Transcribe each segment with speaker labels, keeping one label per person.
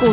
Speaker 1: 股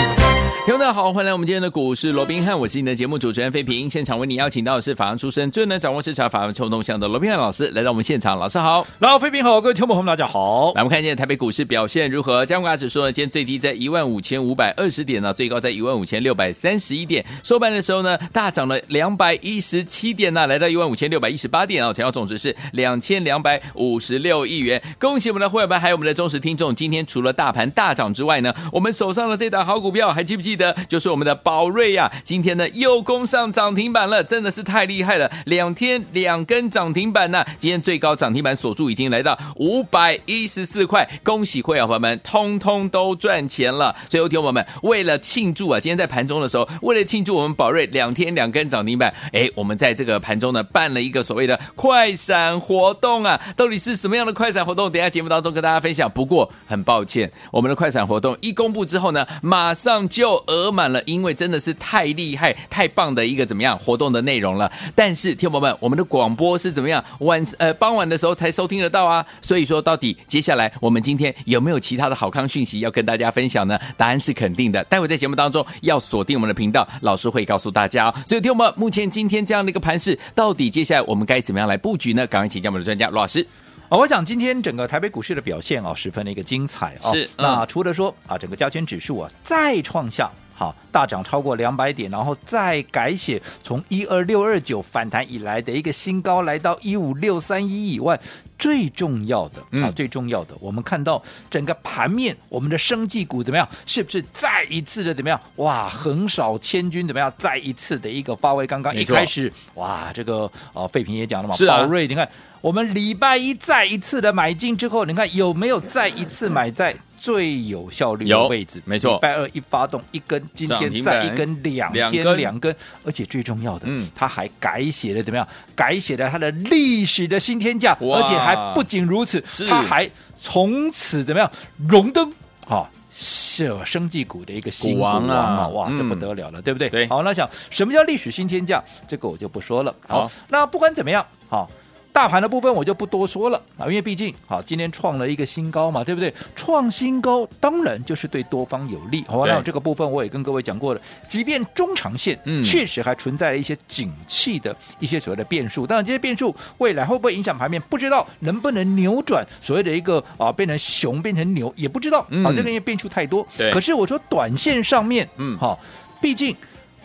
Speaker 2: 听众大家好，欢迎来我们今天的股市罗宾汉，我是你的节目主持人费平。现场为你邀请到的是法案出身、最能掌握市场法案冲动向的罗宾汉老师，来到我们现场。老师好，
Speaker 3: 老飞平好，各位听众朋友们，大家好。
Speaker 2: 来我们看一下台北股市表现如何？加权指数呢，今天最低在15,520点呢，最高在15,631点，收盘的时候呢，大涨了217点啊呢，来到15,618点啊，成交总值是2,256亿元。恭喜我们的会员们，还有我们的忠实听众，今天除了大盘大涨之外呢，我们手上的这档好股票还记不记得？就是我们的宝瑞呀、今天呢又攻上涨停板了，真的是太厉害了，两天两根涨停板呐、今天最高涨停板所数已经来到五百一十四块，恭喜会员朋友们，通通都赚钱了。所以，有听众朋友们，为了庆祝啊，今天在盘中的时候，为了庆祝我们宝瑞两天两根涨停板，哎，我们在这个盘中呢办了一个所谓的快闪活动啊，到底是什么样的快闪活动？等一下节目当中跟大家分享。不过很抱歉，我们的快闪活动一公布之后呢， 马上就额满了，因为真的是太厉害、太棒的一个怎么样活动的内容了。但是，听众朋友们，我们的广播是怎么样晚呃傍晚的时候才收听得到啊？所以说，到底接下来我们今天有没有其他的好康讯息要跟大家分享呢？答案是肯定的。待会在节目当中要锁定我们的频道，老师会告诉大家哦。所以，听众朋友们，目前今天这样的一个盘势，到底接下来我们该怎么样来布局呢？赶快请教我们的专家罗老师。
Speaker 3: 啊，我想今天整个台北股市的表现啊，十分的一个精彩啊。
Speaker 2: 是嗯
Speaker 3: 那除了说啊，整个加权指数啊再创下。好，大涨超过两百点，然后再改写从一二六二九反弹以来的一个新高，来到一五六三一以外，最重要的、啊
Speaker 2: 嗯，
Speaker 3: 最重要的，我们看到整个盘面，我们的生技股怎么样？是不是再一次的怎么样？哇，横扫千军，怎么样？再一次的一个发威。刚刚
Speaker 2: 没
Speaker 3: 一
Speaker 2: 错
Speaker 3: 开始，哇，这个呃，费平也讲了嘛，
Speaker 2: 是啊
Speaker 3: 宝瑞，你看我们礼拜一再一次的买进之后，你看有没有再一次买在最有效率的
Speaker 2: 有
Speaker 3: 位置？
Speaker 2: 没错
Speaker 3: 礼拜二一发动一根，今
Speaker 2: 涨停
Speaker 3: 天
Speaker 2: 板
Speaker 3: 再一根，两
Speaker 2: 两
Speaker 3: 天
Speaker 2: 根
Speaker 3: 两根，而且最重要的，
Speaker 2: 嗯
Speaker 3: 它还改写了怎么样？改写了它的历史的新天价，
Speaker 2: 哇
Speaker 3: 而且还不仅如此
Speaker 2: 是，
Speaker 3: 它还从此怎么样荣登啊？是生技股的一个新
Speaker 2: 股
Speaker 3: 股
Speaker 2: 王
Speaker 3: 王
Speaker 2: 啊
Speaker 3: 啊！哇，这不
Speaker 2: 嗯
Speaker 3: 得了了，对不对？
Speaker 2: 对
Speaker 3: 好，那想什么叫历史新天价？这个我就不说了。
Speaker 2: 好
Speaker 3: 那不管怎么样，好。大盘的部分我就不多说了啊，因为毕竟好，今天创了一个新高嘛，对不对？创新高当然就是对多方有利。好吧，
Speaker 2: 对
Speaker 3: 那这个部分我也跟各位讲过了，即便中长线、
Speaker 2: 嗯
Speaker 3: 确实还存在一些景气的一些所谓的变数，当然这些变数未来会不会影响盘面，不知道能不能扭转所谓的一个啊变成熊变成牛也不知道、
Speaker 2: 嗯
Speaker 3: 啊，这个因为变数太多。
Speaker 2: 对
Speaker 3: 可是我说短线上面，
Speaker 2: 嗯
Speaker 3: 好、毕竟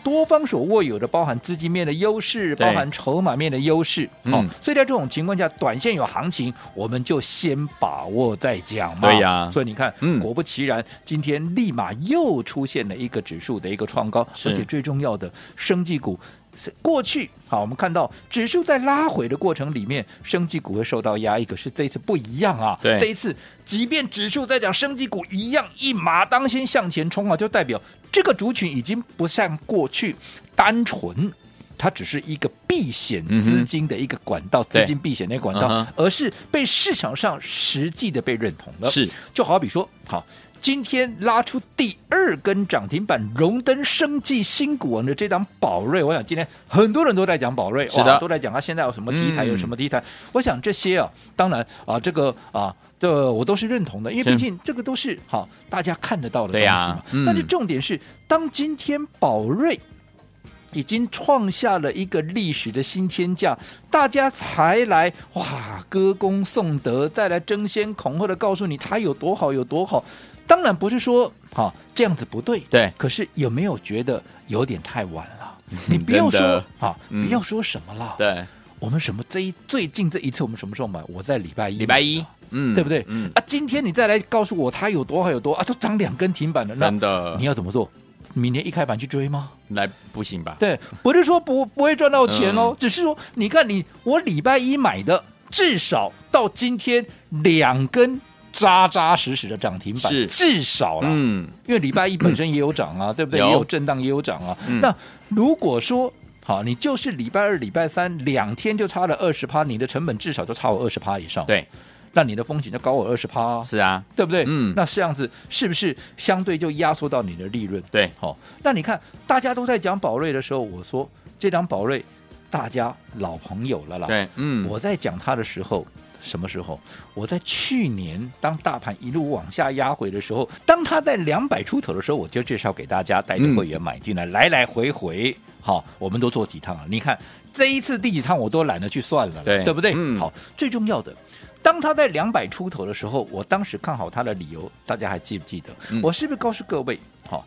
Speaker 3: 多方所握有的，包含资金面的优势，
Speaker 2: 对
Speaker 3: 包含筹码面的优势，
Speaker 2: 嗯
Speaker 3: 哦，所以在这种情况下，短线有行情，我们就先把握再讲嘛。
Speaker 2: 对呀
Speaker 3: 所以你看，
Speaker 2: 嗯
Speaker 3: 果不其然，今天立马又出现了一个指数的一个创高，
Speaker 2: 是
Speaker 3: 而且最重要的，生技股。是过去好，我们看到指数在拉回的过程里面，生技股会受到压抑，可是这一次不一样啊。
Speaker 2: 对
Speaker 3: 这一次即便指数在讲生技股一样一马当先向前冲啊，就代表这个族群已经不像过去单纯，它只是一个避险
Speaker 2: 嗯哼
Speaker 3: 资金的一个管道，
Speaker 2: 对
Speaker 3: 资金避险的一个管
Speaker 2: 嗯
Speaker 3: 道
Speaker 2: 哼，
Speaker 3: 而是被市场上实际的被认同了。
Speaker 2: 是，
Speaker 3: 就好比说，好。今天拉出第二根涨停板，荣登生技新股王的这档宝瑞，我想今天很多人都在讲宝瑞，
Speaker 2: 是的
Speaker 3: 哇都在讲它现在有什么题材，
Speaker 2: 嗯
Speaker 3: 有什么题材。我想这些啊，当然啊，这个啊，这我都是认同的，因为
Speaker 2: 是
Speaker 3: 毕竟这个都是好大家看得到的
Speaker 2: 对
Speaker 3: 东西
Speaker 2: 呀
Speaker 3: 嘛。
Speaker 2: 嗯
Speaker 3: 但是重点是，当今天宝瑞已经创下了一个历史的新天价，大家才来哇歌功颂德，再来争先恐后的告诉你它有多好有多好。当然不是说哈、这样子不对，
Speaker 2: 对
Speaker 3: 可是有没有觉得有点太晚了？你不要
Speaker 2: 嗯真的
Speaker 3: 说啊，
Speaker 2: 嗯
Speaker 3: 不要说什么了。
Speaker 2: 对，
Speaker 3: 我们什么这一最近这一次我们什么时候买？我在礼拜一，
Speaker 2: 礼拜一，，嗯
Speaker 3: 对不对？
Speaker 2: 嗯，
Speaker 3: 啊，今天你再来告诉我它有多好有多好啊，都涨两根停板了，那
Speaker 2: 真的
Speaker 3: 你，要怎么做？明天一开盘去追吗？
Speaker 2: 来不行吧？
Speaker 3: 对，不是说不不会赚到钱哦，
Speaker 2: 嗯
Speaker 3: 只是说你看你我礼拜一买的，至少到今天两根扎扎实实的涨停板，
Speaker 2: 是
Speaker 3: 至少啦。
Speaker 2: 嗯，
Speaker 3: 因为礼拜一本身也有 涨啊，对不对？
Speaker 2: 有
Speaker 3: 也有震荡，也有涨啊。
Speaker 2: 嗯
Speaker 3: 那如果说好，你就是礼拜二、礼拜三两天就差了二十趴，你的成本至少都差我二十趴以上。，
Speaker 2: 对，
Speaker 3: 那你的风险就高我二十趴，
Speaker 2: 是啊，
Speaker 3: 对不对？
Speaker 2: 嗯
Speaker 3: 那这样子是不是相对就压缩到你的利润？
Speaker 2: 对，
Speaker 3: 好、那你看大家都在讲宝瑞的时候，我说这张宝瑞大家老朋友了啦。，
Speaker 2: 对，嗯，
Speaker 3: 我在讲它的时候。什么时候？我在去年当大盘一路往下压回的时候，当它在两百出头的时候，我就介绍给大家带着
Speaker 2: 嗯
Speaker 3: 会员买进来，来来回回，好，嗯我们都做几趟了。你看这一次第几趟我都懒得去算了啦，
Speaker 2: 对
Speaker 3: 对不对？
Speaker 2: 嗯
Speaker 3: 好，最重要的，当它在两百出头的时候，我当时看好它的理由，大家还记不记得？
Speaker 2: 嗯
Speaker 3: 我是不是告诉各位，好、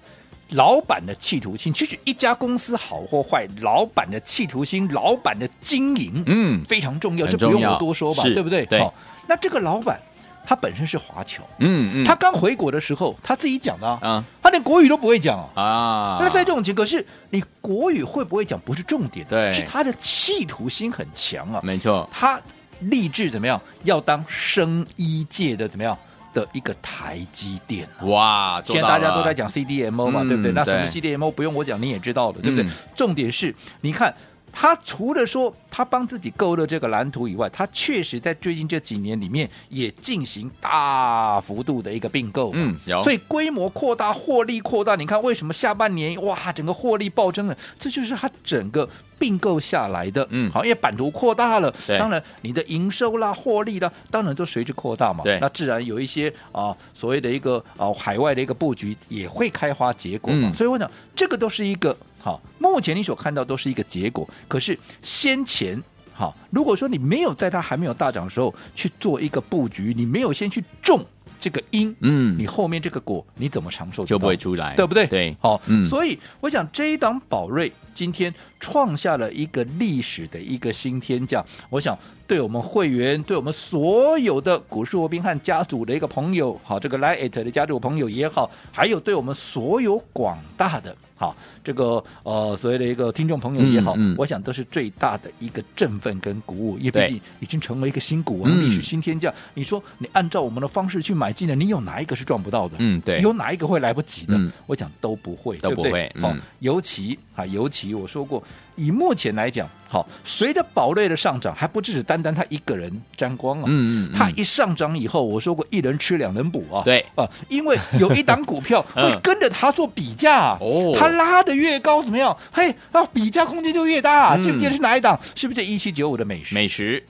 Speaker 3: 老板的企图心，其实一家公司好或坏，老板的企图心，老板的经营，
Speaker 2: 嗯
Speaker 3: 非常重要，
Speaker 2: 很
Speaker 3: 这
Speaker 2: 重
Speaker 3: 不用
Speaker 2: 要
Speaker 3: 我多说吧，
Speaker 2: 是
Speaker 3: 对不对？
Speaker 2: 对
Speaker 3: 好那这个老板他本身是华侨，
Speaker 2: 嗯嗯，
Speaker 3: 他刚回国的时候他自己讲的啊，
Speaker 2: 啊
Speaker 3: 他连国语都不会讲啊。
Speaker 2: 啊，
Speaker 3: 那在这种情况，可是你国语会不会讲不是重点，
Speaker 2: 对
Speaker 3: 是他的企图心很强啊，
Speaker 2: 没错，
Speaker 3: 他立志怎么样要当生医界的怎么样的一个台积电啊。
Speaker 2: 哇，做
Speaker 3: 现在
Speaker 2: 到
Speaker 3: 大家
Speaker 2: 了
Speaker 3: 都在，讲 CDMO 嘛，
Speaker 2: 嗯
Speaker 3: 对不对？那什
Speaker 2: 对
Speaker 3: 么 CDMO 不用我讲，你也知道的，对不对？
Speaker 2: 嗯
Speaker 3: 重点是，你看他除了说他帮自己勾勒这个蓝图以外，他确实在最近这几年里面也进行大幅度的一个并购嘛，
Speaker 2: 嗯，有，
Speaker 3: 所以规模扩大，获利扩大。你看为什么下半年哇，整个获利暴增了？这就是它整个并购下来的。
Speaker 2: 嗯
Speaker 3: 好，因为版图扩大了
Speaker 2: 对，
Speaker 3: 当然你的营收啦、获利啦，当然都随之扩大嘛。
Speaker 2: 对
Speaker 3: 那自然有一些啊、所谓的一个啊、海外的一个布局也会开花结果嘛。
Speaker 2: 嗯
Speaker 3: 所以我想，这个都是一个好，目前你所看到都是一个结果，可是先前。好，如果说你没有在它还没有大涨的时候去做一个布局，你没有先去种这个因，
Speaker 2: 嗯
Speaker 3: 你后面这个果你怎么长寿
Speaker 2: 就不会出来，
Speaker 3: 对不对？
Speaker 2: 对，
Speaker 3: 好、
Speaker 2: 嗯
Speaker 3: 所以我想这一档宝瑞今天创下了一个历史的一个新天价，我想对我们会员、对我们所有的股市罗宾汉家族的一个朋友，好，这个 l i e t 的家族朋友也好，还有对我们所有广大的好这个呃所谓的一个听众朋友也好，
Speaker 2: 嗯嗯
Speaker 3: 我想都是最大的一个振奋跟鼓舞，因为
Speaker 2: 对
Speaker 3: 毕竟已经成为一个新股王、
Speaker 2: 嗯
Speaker 3: 历史新天价。你说你按照我们的方式去买进的，你有哪一个是赚不到的？
Speaker 2: 嗯对
Speaker 3: 有哪一个会来不及的？
Speaker 2: 嗯
Speaker 3: 我讲都不会，
Speaker 2: 都
Speaker 3: 对不
Speaker 2: 不会
Speaker 3: 对？好、
Speaker 2: 嗯
Speaker 3: 尤其啊，尤其我说过，以目前来讲，好，随着宝瑞的上涨，还不只是单单他一个人沾光啊。
Speaker 2: 嗯嗯嗯
Speaker 3: 他一上涨以后，我说过一人吃两人补啊。
Speaker 2: 对
Speaker 3: 啊，因为有一档股票
Speaker 2: 嗯
Speaker 3: 会跟着他做比价啊，
Speaker 2: 哦
Speaker 3: 他拉的越高怎么样？嘿，啊，比价空间就越大啊。
Speaker 2: 嗯
Speaker 3: 记不记得是哪一档？是不是一七九五的美食？
Speaker 2: 美食，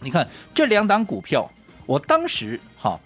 Speaker 3: 你看这两档股票，我当时哈，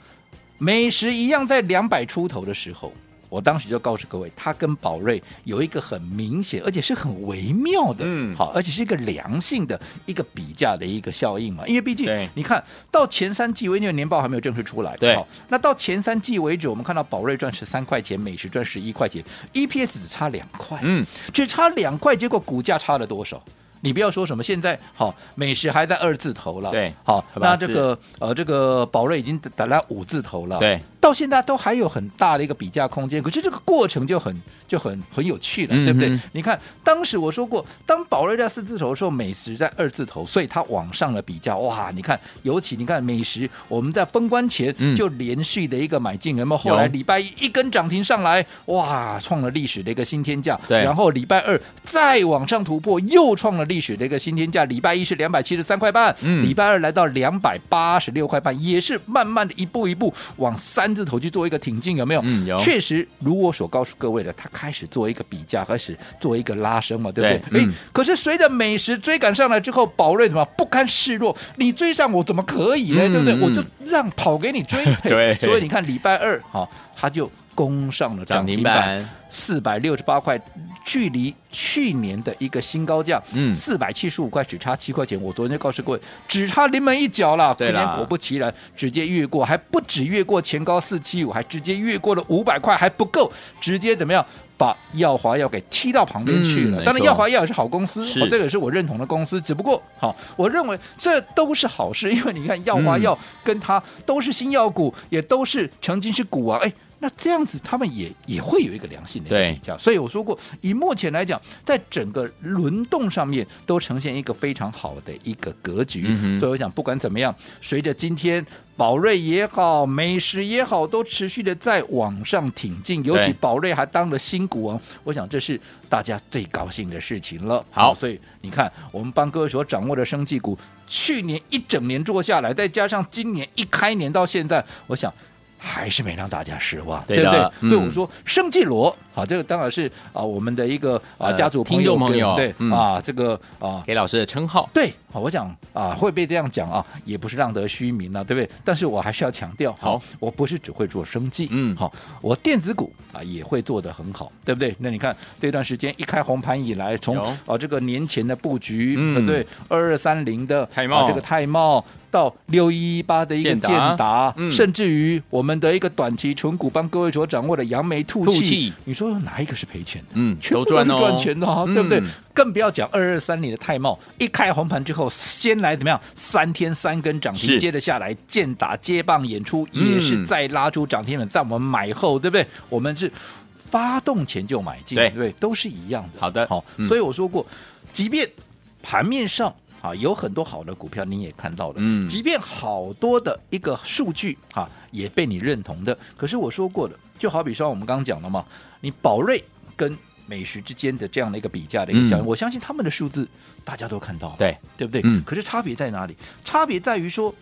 Speaker 3: 美食一样在两百出头的时候，我当时就告诉各位，它跟宝瑞有一个很明显，而且是很微妙的，
Speaker 2: 嗯
Speaker 3: 好，而且是一个良性的一个比价的一个效应嘛。因为毕竟
Speaker 2: 对
Speaker 3: 你看到前三季为因为年报还没有正式出来，
Speaker 2: 对
Speaker 3: 好，那到前三季为止，我们看到宝瑞赚十三块钱，美食赚十一块钱，EPS 只差两块，
Speaker 2: 嗯，
Speaker 3: 只差两块，结果股价差了多少？你不要说什么现在好，美食还在二字头了，
Speaker 2: 对
Speaker 3: 好，
Speaker 2: 很巴
Speaker 3: 那
Speaker 2: 适
Speaker 3: 这个呃这个宝瑞已经打到五字头了，
Speaker 2: 对，
Speaker 3: 到现在都还有很大的一个比价空间，可是这个过程就很就很很有趣了，
Speaker 2: 嗯哼
Speaker 3: 对不对？你看当时我说过，当宝瑞在四字头的时候，美食在二字头，所以它往上了比价，哇，你看，尤其你看美食，我们在封关前
Speaker 2: 嗯
Speaker 3: 就连续的一个买进，有没有？后来
Speaker 2: 有
Speaker 3: 礼拜一一根涨停上来，哇，创了历史的一个新天价，
Speaker 2: 对
Speaker 3: 然后礼拜二再往上突破，又创了历史的一个新天价。礼拜一是两百七十三块半，
Speaker 2: 嗯
Speaker 3: 礼拜二来到两百八十六块半，也是慢慢的一步一步往三字头去做一个挺进，有没有？
Speaker 2: 嗯有
Speaker 3: 确实，如我所告诉各位的，它开始做一个比价，开始做一个拉升嘛，对不对？
Speaker 2: 对
Speaker 3: 诶
Speaker 2: 嗯
Speaker 3: 可是随着美食追赶上来之后，宝瑞怎么不甘示弱？你追上我怎么可以呢？
Speaker 2: 嗯
Speaker 3: 对不对？
Speaker 2: 嗯。
Speaker 3: 我就让跑给你追
Speaker 2: 对
Speaker 3: 所以你看礼拜二哈、好它就攻上了涨
Speaker 2: 涨停
Speaker 3: 停板。
Speaker 2: 板，
Speaker 3: 四百六十八块，距离去年的一个新高价，
Speaker 2: 嗯
Speaker 3: 四百七十五块，只差七块钱。我昨天就告诉各位，只差临门一脚了。
Speaker 2: 对啦
Speaker 3: 果然果不其然，直接越过，还不止越过前高四七五，还直接越过了五百块，还不够，直接怎么样？把耀华药给踢到旁边去
Speaker 2: 嗯
Speaker 3: 了。
Speaker 2: 没
Speaker 3: 当然，
Speaker 2: 错
Speaker 3: 耀华药也是好公司，
Speaker 2: 是
Speaker 3: 哦这个也是我认同的公司。只不过，好、我认为这都是好事，因为你看耀华
Speaker 2: 嗯
Speaker 3: 药跟它都是新药股，也都是曾经是股王，哎，那这样子，他们也也会有一个良性的一
Speaker 2: 对
Speaker 3: 个比较，所以我说过，以目前来讲，在整个轮动上面都呈现一个非常好的一个格局。
Speaker 2: 嗯哼
Speaker 3: 所以我想，不管怎么样，随着今天宝瑞也好，美食也好，都持续的在往上挺进，尤其
Speaker 2: 对
Speaker 3: 宝瑞还当了新股王，我想这是大家最高兴的事情了。哦
Speaker 2: 好
Speaker 3: 所以你看，我们帮各位所掌握的生技股，去年一整年做下来，再加上今年一开年到现在，我想。还是没让大家失望，
Speaker 2: 对的
Speaker 3: 不对？
Speaker 2: 嗯
Speaker 3: 所以我说生计罗，好，这个当然是啊，我们的一个啊
Speaker 2: 呃
Speaker 3: 家族朋
Speaker 2: 听
Speaker 3: 友
Speaker 2: 众朋友
Speaker 3: 对
Speaker 2: 嗯
Speaker 3: 啊，这个啊
Speaker 2: 给老师的称号，
Speaker 3: 对，好，我讲啊，会被这样讲啊，也不是浪得虚名啊，对不对？但是我还是要强调，
Speaker 2: 好
Speaker 3: 啊我不是只会做生计，
Speaker 2: 嗯
Speaker 3: 好，我电子股啊也会做得很好，对不对？那你看这段时间一开红盘以来，从
Speaker 2: 有
Speaker 3: 啊这个年前的布局，
Speaker 2: 嗯
Speaker 3: 对不对？二二三零的
Speaker 2: 泰茂
Speaker 3: 啊这个泰茂。到六一一八的一个
Speaker 2: 建
Speaker 3: 建
Speaker 2: 达
Speaker 3: 达，
Speaker 2: 嗯
Speaker 3: 甚至于我们的一个短期纯股帮各位所掌握的扬眉吐气，
Speaker 2: 吐气
Speaker 3: 你说哪一个是赔钱的？
Speaker 2: 嗯，
Speaker 3: 全
Speaker 2: 都
Speaker 3: 部都
Speaker 2: 赚
Speaker 3: 是
Speaker 2: 哦，
Speaker 3: 赚钱的、哦，对不对
Speaker 2: 嗯？
Speaker 3: 更不要讲二二三零的泰茂，一开红盘之后，先来怎么样？三天三根涨
Speaker 2: 是
Speaker 3: 停，接着下来建打接棒演出，
Speaker 2: 嗯
Speaker 3: 也是再拉出涨停板，在我们买后，对不对？我们是发动前就买进，
Speaker 2: 对
Speaker 3: 对不对？都是一样的。
Speaker 2: 好的
Speaker 3: 好
Speaker 2: 嗯，
Speaker 3: 所以我说过，即便盘面上。啊，有很多好的股票你也看到了，
Speaker 2: 嗯
Speaker 3: 即便好多的一个数据啊也被你认同的，可是我说过了，就好比说我们刚刚讲了嘛，你宝瑞跟美食之间的这样的一个比价的一个效
Speaker 2: 嗯
Speaker 3: 应，我相信他们的数字大家都看到了，
Speaker 2: 对
Speaker 3: 对不对？
Speaker 2: 嗯
Speaker 3: 可是差别在哪里？差别在于说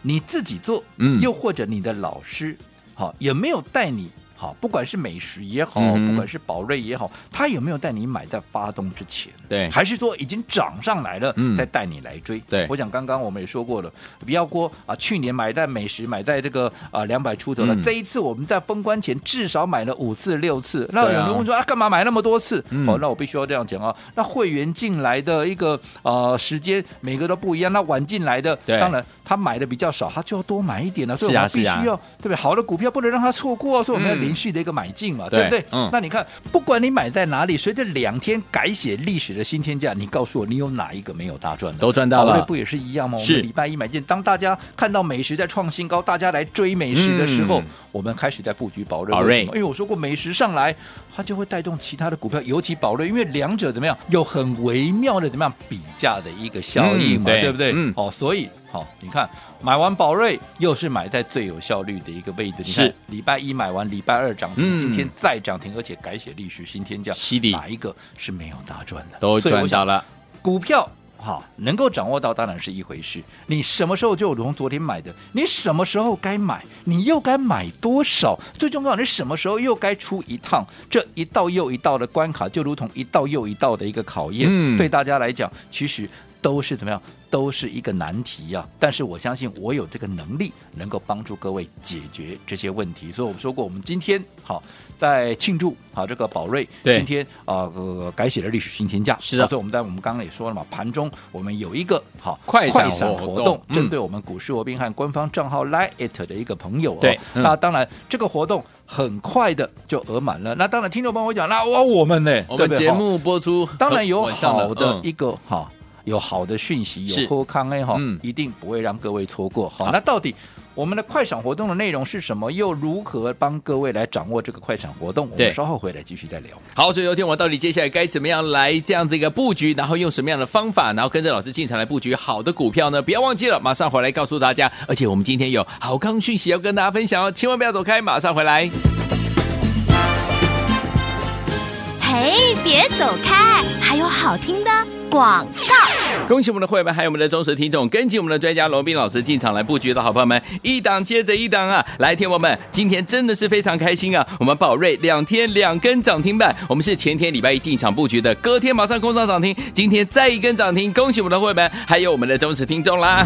Speaker 3: 你自己做，
Speaker 2: 嗯
Speaker 3: 又或者你的老师，好、有没有带你？好，不管是美食也好，
Speaker 2: 嗯
Speaker 3: 不管是宝瑞也好，他有没有带你买在发动之前？
Speaker 2: 对，
Speaker 3: 还是说已经涨上来了，
Speaker 2: 嗯
Speaker 3: 再带你来追？
Speaker 2: 对
Speaker 3: 我想刚刚我们也说过了，不要过啊，去年买在美食，买在这个啊两百出头了、
Speaker 2: 嗯
Speaker 3: 这一次我们在封关前至少买了五次六次。那有
Speaker 2: 对啊
Speaker 3: 人问说啊，干嘛买那么多次？
Speaker 2: 嗯
Speaker 3: 哦，那我必须要这样讲啊，那会员进来的一个呃时间，每个都不一样。那晚进来的，
Speaker 2: 对
Speaker 3: 当然他买的比较少，他就要多买一点了。所以
Speaker 2: 是
Speaker 3: 我
Speaker 2: 啊
Speaker 3: 们必须
Speaker 2: 是啊
Speaker 3: 要、对不对？好的股票不能让它错过，所以我们要
Speaker 2: 嗯
Speaker 3: 连续的一个买进嘛，
Speaker 2: 对
Speaker 3: 对不对？
Speaker 2: 嗯
Speaker 3: 那那你看，不管你买在哪里，随着两天改写历史的新天价，你告诉我，你有哪一个没有大赚的？
Speaker 2: 都赚到了
Speaker 3: 宝瑞不也是一样吗？我
Speaker 2: 是
Speaker 3: 们礼拜一买进，当大家看到美食在创新高，大家来追美食的时候，
Speaker 2: 嗯
Speaker 3: 我们开始在布局宝瑞。
Speaker 2: 宝
Speaker 3: 为
Speaker 2: 瑞
Speaker 3: 什么因为哎我说过，美食上来，它就会带动其他的股票，尤其宝瑞，因为两者怎么样，有很微妙的怎么样比价的一个效应
Speaker 2: 嗯
Speaker 3: 嘛，
Speaker 2: 对
Speaker 3: 对不对？
Speaker 2: 嗯
Speaker 3: 哦，所以好、你看买完宝瑞，又是买在最有效率的一个位置。你
Speaker 2: 是
Speaker 3: 看，礼拜一买完，礼拜二涨
Speaker 2: 嗯
Speaker 3: 停，今天再涨停，而且改写历史新天价，
Speaker 2: 是的
Speaker 3: 哪一个是没有大赚的？
Speaker 2: 都
Speaker 3: 所以我
Speaker 2: 赚
Speaker 3: 想
Speaker 2: 到了，
Speaker 3: 股票。哈，能够掌握到当然是一回事。你什么时候就从昨天买的，你什么时候该买，你又该买多少？最重要，你什么时候又该出一趟？这一道又一道的关卡，就如同一道又一道的一个考验。
Speaker 2: 嗯
Speaker 3: 对大家来讲，其实都是怎么样，都是一个难题呀、但是我相信，我有这个能力，能够帮助各位解决这些问题。所以我们说过，我们今天好在庆祝好这个宝瑞
Speaker 2: 对
Speaker 3: 今天啊、呃改写了历史新天价。
Speaker 2: 是的
Speaker 3: 好啊所以我们在我们刚刚也说了嘛，盘中我们有一个好
Speaker 2: 快闪
Speaker 3: 闪
Speaker 2: 活
Speaker 3: 活
Speaker 2: 动
Speaker 3: 动，
Speaker 2: 嗯
Speaker 3: 针对我们股市罗宾汉官方账号 Line It 的一个朋友、哦。
Speaker 2: 对嗯
Speaker 3: 那当然这个活动很快的就额满了。那当然，听众朋友我讲，那哇我们呢？
Speaker 2: 我
Speaker 3: 对
Speaker 2: 们
Speaker 3: 不对
Speaker 2: 节
Speaker 3: 哈
Speaker 2: 目播出
Speaker 3: 当然有
Speaker 2: 晚上
Speaker 3: 好的
Speaker 2: 嗯
Speaker 3: 一个哈、有好的讯息，
Speaker 2: 是
Speaker 3: 有喝康哎哈
Speaker 2: 嗯，
Speaker 3: 一定不会让各位错过。好，
Speaker 2: 好
Speaker 3: 那到底我们的快闪活动的内容是什么？又如何帮各位来掌握这个快闪活动？我
Speaker 2: 对
Speaker 3: 们稍后回来继续再聊。
Speaker 2: 好，所以昨天我到底接下来该怎么样来这样的一个布局，然后用什么样的方法，然后跟着老师进场来布局好的股票呢？不要忘记了，马上回来告诉大家。而且我们今天有好康讯息要跟大家分享哦，千万不要走开，马上回来。
Speaker 1: 嘿，别走开，还有好听的广告。
Speaker 2: 恭喜我们的会员们，还有我们的忠实听众，跟紧我们的专家罗斌老师进场来布局的好朋友们，一档接着一档啊！来，天王们，今天真的是非常开心啊！我们宝瑞两天两根涨停板，我们是前天礼拜一进场布局的，隔天马上攻上涨停，今天再一根涨停，恭喜我们的会员们，还有我们的忠实听众啦！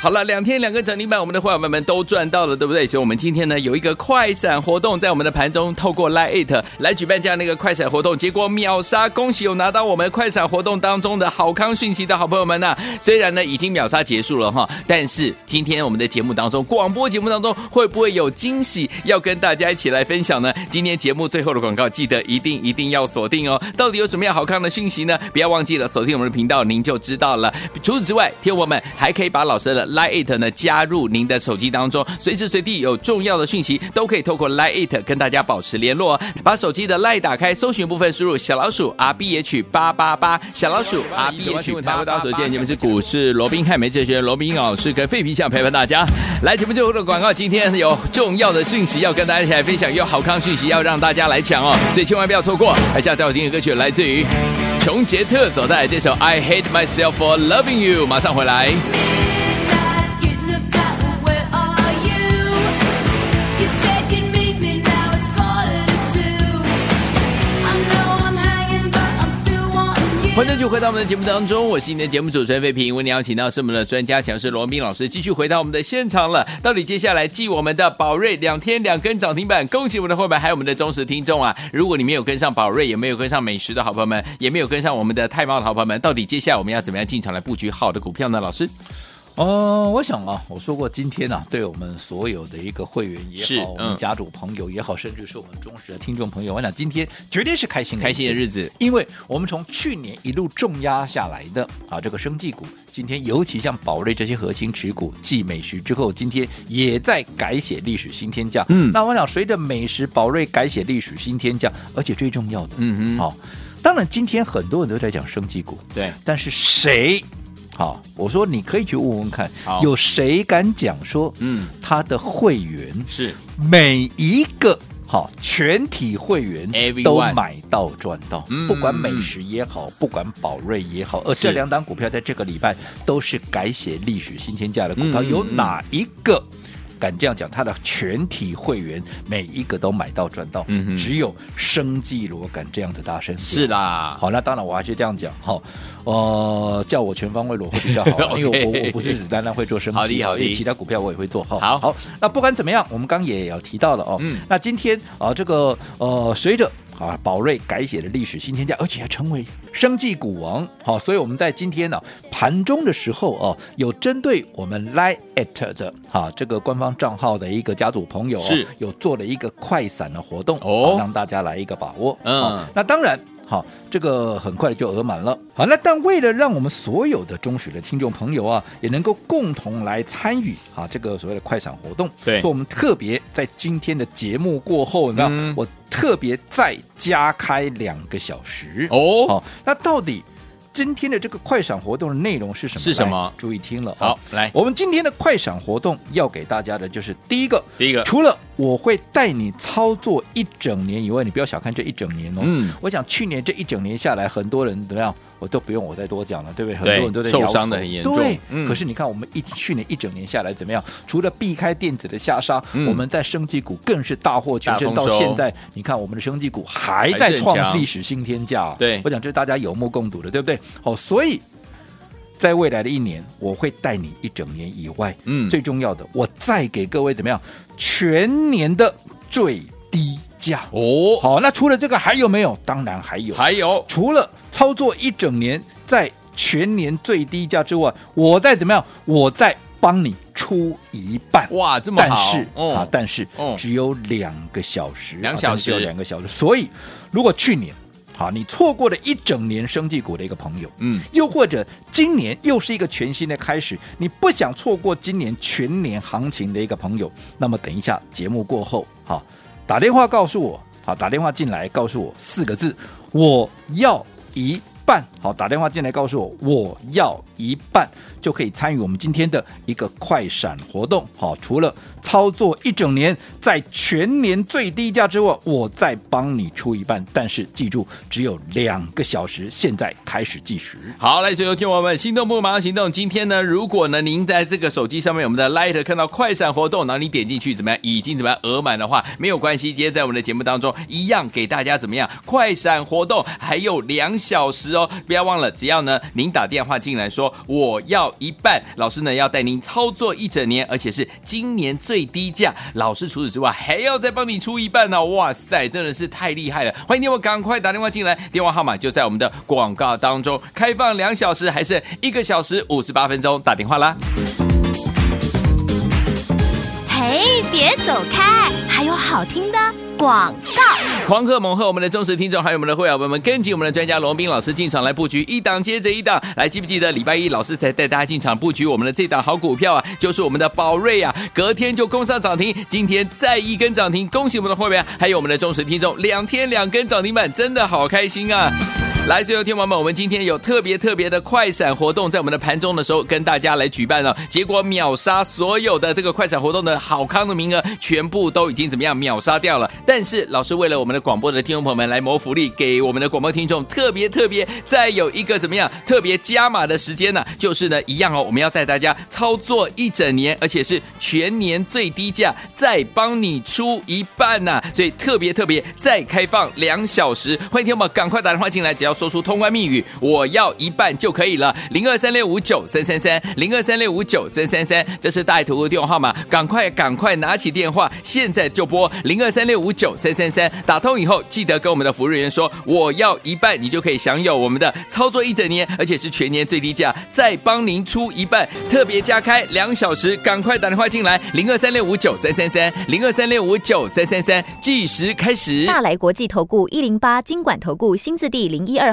Speaker 2: 好了，两天两个涨停板，我们的伙伴们都赚到了，对不对？所以，我们今天呢有一个快闪活动，在我们的盘中透过 Line It 来举办这样的一个快闪活动，结果秒杀！恭喜有拿到我们快闪活动当中的好康讯息的好朋友们呐、啊虽然呢已经秒杀结束了哈，但是今天我们的节目当中，广播节目当中会不会有惊喜要跟大家一起来分享呢？今天节目最后的广告，记得一定一定要锁定哦。到底有什么样好看的讯息呢？不要忘记了锁定我们的频道，您就知道了。除此之外，听我们还可以把老师的 Line It 呢加入您的手机当中，随时随地有重要的讯息都可以透过 Line It 跟大家保持联络哦。把手机的 Line 打开，搜寻部分输入小老鼠 R B H 八八八，小老鼠 R B
Speaker 3: 手把
Speaker 2: H
Speaker 3: 新闻台
Speaker 2: 八
Speaker 3: 为大
Speaker 2: 八
Speaker 3: 家
Speaker 2: 八。
Speaker 3: 所
Speaker 2: 今
Speaker 3: 见
Speaker 2: 天
Speaker 3: 你
Speaker 2: 节目
Speaker 3: 们
Speaker 2: 是
Speaker 3: 是
Speaker 2: 股市罗宾汉梅哲学罗宾老师跟费皮相陪伴大家。来节目最后的广告，今天有重要的讯息要跟大家一起来分享，有好康讯息要让大家来抢哦，所以千万不要错过。来下最好听的歌曲来自于琼杰特所带来这首《I Hate Myself for Loving You》，马上回来。欢迎继续回到我们的节目当中，我是你的节目主持人费平。为你邀请到是我们的专家强势罗斌老师，继续回到我们的现场了。到底接下来继我们的宝瑞两天两根涨停板，恭喜我们的会员，还有我们的忠实听众啊！如果你没有跟上宝瑞，也没有跟上美食的好朋友们，也没有跟上我们的泰茂的好朋友们，到底接下来我们要怎么样进场来布局好的股票呢？老师，
Speaker 3: 哦，我想啊，我说过今天啊，对我们所有的一个会员
Speaker 2: 是
Speaker 3: 也好，我们
Speaker 2: 嗯
Speaker 3: 家主朋友也好，甚至是我们忠实的听众朋友，我想今天绝对是开心的
Speaker 2: 开心的
Speaker 3: 一天
Speaker 2: 日子，
Speaker 3: 因为我们从去年一路重压下来的啊，这个生技股，今天尤其像宝瑞这些核心持股，继美食之后，今天也在改写历史新天价。
Speaker 2: 嗯
Speaker 3: 那我想随着美食宝瑞改写历史新天价，而且最重要的，
Speaker 2: 嗯哼，
Speaker 3: 好、当然今天很多人都在讲生技股，
Speaker 2: 对，
Speaker 3: 但是谁？好，我说你可以去问问看
Speaker 2: 好，
Speaker 3: 有谁敢讲说，
Speaker 2: 嗯，
Speaker 3: 他的会员
Speaker 2: 是
Speaker 3: 每一个好全体会员
Speaker 2: Everyone
Speaker 3: 都买到赚到
Speaker 2: 嗯，
Speaker 3: 不管美食也好，不管宝瑞也好，而
Speaker 2: 是
Speaker 3: 这两档股票在这个礼拜都是改写历史新天价的股
Speaker 2: 嗯
Speaker 3: 票，
Speaker 2: 嗯嗯
Speaker 3: 有哪一个？敢这样讲，他的全体会员每一个都买到赚到，
Speaker 2: 嗯哼
Speaker 3: 只有生计罗敢这样子大声讲
Speaker 2: 是啦，
Speaker 3: 好，那当然我还是这样讲，好，呃，叫我全方位裸会比较好 啊，
Speaker 2: OK
Speaker 3: 因为我我不是只单单会做升级，
Speaker 2: 好的好的
Speaker 3: 因为其他股票我也会做，好
Speaker 2: 好
Speaker 3: 好，那不管怎么样，我们刚刚也有提到了哦，
Speaker 2: 嗯
Speaker 3: 那今天啊，这个呃，随着啊，宝瑞改写了历史新天价，而且还成为生技股王。好、所以我们在今天呢、盘中的时候哦、有针对我们 Line at 的啊这个官方账号的一个家族朋友、哦，
Speaker 2: 是
Speaker 3: 有做了一个快闪的活动
Speaker 2: 哦
Speaker 3: 好让大家来一个把握。
Speaker 2: 嗯
Speaker 3: 好那当然。好，这个很快就额满了。好，那但为了让我们所有的中学的听众朋友啊，也能够共同来参与啊这个所谓的快闪活动，
Speaker 2: 对
Speaker 3: 所以我们特别在今天的节目过后呢，
Speaker 2: 嗯
Speaker 3: 我特别再加开两个小时。
Speaker 2: 哦，
Speaker 3: 好，那到底今天的这个快闪活动的内容是什么？
Speaker 2: 是什
Speaker 3: 来
Speaker 2: 么
Speaker 3: 注意听了。啊
Speaker 2: 好，，来，
Speaker 3: 我们今天的快闪活动要给大家的就是第一个，
Speaker 2: 第一个
Speaker 3: 除了我会带你操作一整年以外，你不要小看这一整年哦。
Speaker 2: 嗯
Speaker 3: 我想去年这一整年下来，很多人怎么样，我都不用我再多讲了，对不对？很
Speaker 2: 对
Speaker 3: 多人都在
Speaker 2: 受
Speaker 3: 摇头
Speaker 2: 伤得很严重
Speaker 3: 对，
Speaker 2: 嗯
Speaker 3: 可是你看我们一去年一整年下来怎么样？除了避开电子的下杀，
Speaker 2: 嗯
Speaker 3: 我们在生技股更是大获全胜。
Speaker 2: 大丰
Speaker 3: 到
Speaker 2: 收
Speaker 3: 现在，你看我们的生技股还
Speaker 2: 还是
Speaker 3: 在
Speaker 2: 很
Speaker 3: 创
Speaker 2: 强
Speaker 3: 历史新天价、哦。
Speaker 2: 对
Speaker 3: 我讲这是大家有目共睹的，对不对？好，所以。在未来的一年，我会带你一整年以外，
Speaker 2: 嗯
Speaker 3: 最重要的，我再给各位怎么样？全年的最低价。
Speaker 2: 哦，
Speaker 3: 好，那除了这个还有没有？当然还有，
Speaker 2: 还有
Speaker 3: 除了操作一整年在全年最低价之外，我再怎么样？我再帮你出一半。
Speaker 2: 哇，这么
Speaker 3: 但
Speaker 2: 好
Speaker 3: 是、，啊，但是、
Speaker 2: 哦
Speaker 3: 只有两个小时，
Speaker 2: 两
Speaker 3: 啊
Speaker 2: 小
Speaker 3: 但是只有
Speaker 2: 时
Speaker 3: 两个小时。所以，如果去年好，你错过了一整年生技股的一个朋友，
Speaker 2: 嗯，
Speaker 3: 又或者今年又是一个全新的开始，你不想错过今年全年行情的一个朋友，那么等一下节目过后，好，打电话告诉我，好，打电话进来告诉我四个字，我要一半，好，打电话进来告诉我我要一半，就可以参与我们今天的一个快闪活动，好，除了操作一整年在全年最低价之外，我再帮你出一半，但是记住只有两个小时，现在开始计时。
Speaker 2: 好，来，所有听众朋友们，心动不如马上行动。今天呢，如果呢您在这个手机上面我们的 Light 看到快闪活动，然后你点进去怎么样，已经怎么样额满的话，没有关系，今天在我们的节目当中一样给大家怎么样快闪活动，还有两小时哦，不要忘了，只要呢您打电话进来说我要一半，老师呢要带您操作一整年，而且是今年最低价，老师除此之外还要再帮你出一半呢、哇塞，真的是太厉害了！欢迎你们赶快打电话进来，电话号码就在我们的广告当中，开放两小时，还剩一个小时五十八分钟，打电话啦！
Speaker 1: 嘿，别走开，还有好听的广告。
Speaker 2: 狂贺猛贺我们的忠实听众，还有我们的会员朋友们，跟紧我们的专家罗斌老师进场来布局，一档接着一档。来，记不记得礼拜一老师才带大家进场布局我们的这档好股票啊，就是我们的宝瑞啊，隔天就攻上涨停，今天再一根涨停，恭喜我们的会员，还有我们的忠实听众，两天两根涨停板，真的好开心啊！来，所有天王们，我们今天有特别特别的快闪活动，在我们的盘中的时候跟大家来举办了，结果秒杀所有的这个快闪活动的好康的名额，全部都已经怎么样秒杀掉了。但是老师为了我们的广播的听众朋友们来谋福利，给我们的广播听众特别特别再有一个怎么样特别加码的时间呢、就是呢一样哦，我们要带大家操作一整年，而且是全年最低价，再帮你出一半呐、所以特别特别再开放两小时，欢迎听我们赶快打电话进来，只要说出通关密语“我要一半”就可以了，零二三六五九三三三，零二三六五九三三三，这是大图的电话号码，赶快赶快拿起电话，现在就拨零二三六五九三三三，打通以后记得跟我们的服务人员说我要一半，你就可以享有我们的操作一整年，而且是全年最低价，再帮您出一半，特别加开两小时，赶快打电话进来，零二三六五九三三三，零二三六五九三三三，计时开始。
Speaker 4: 大来国际投顾一零八金管投顾新字第零一二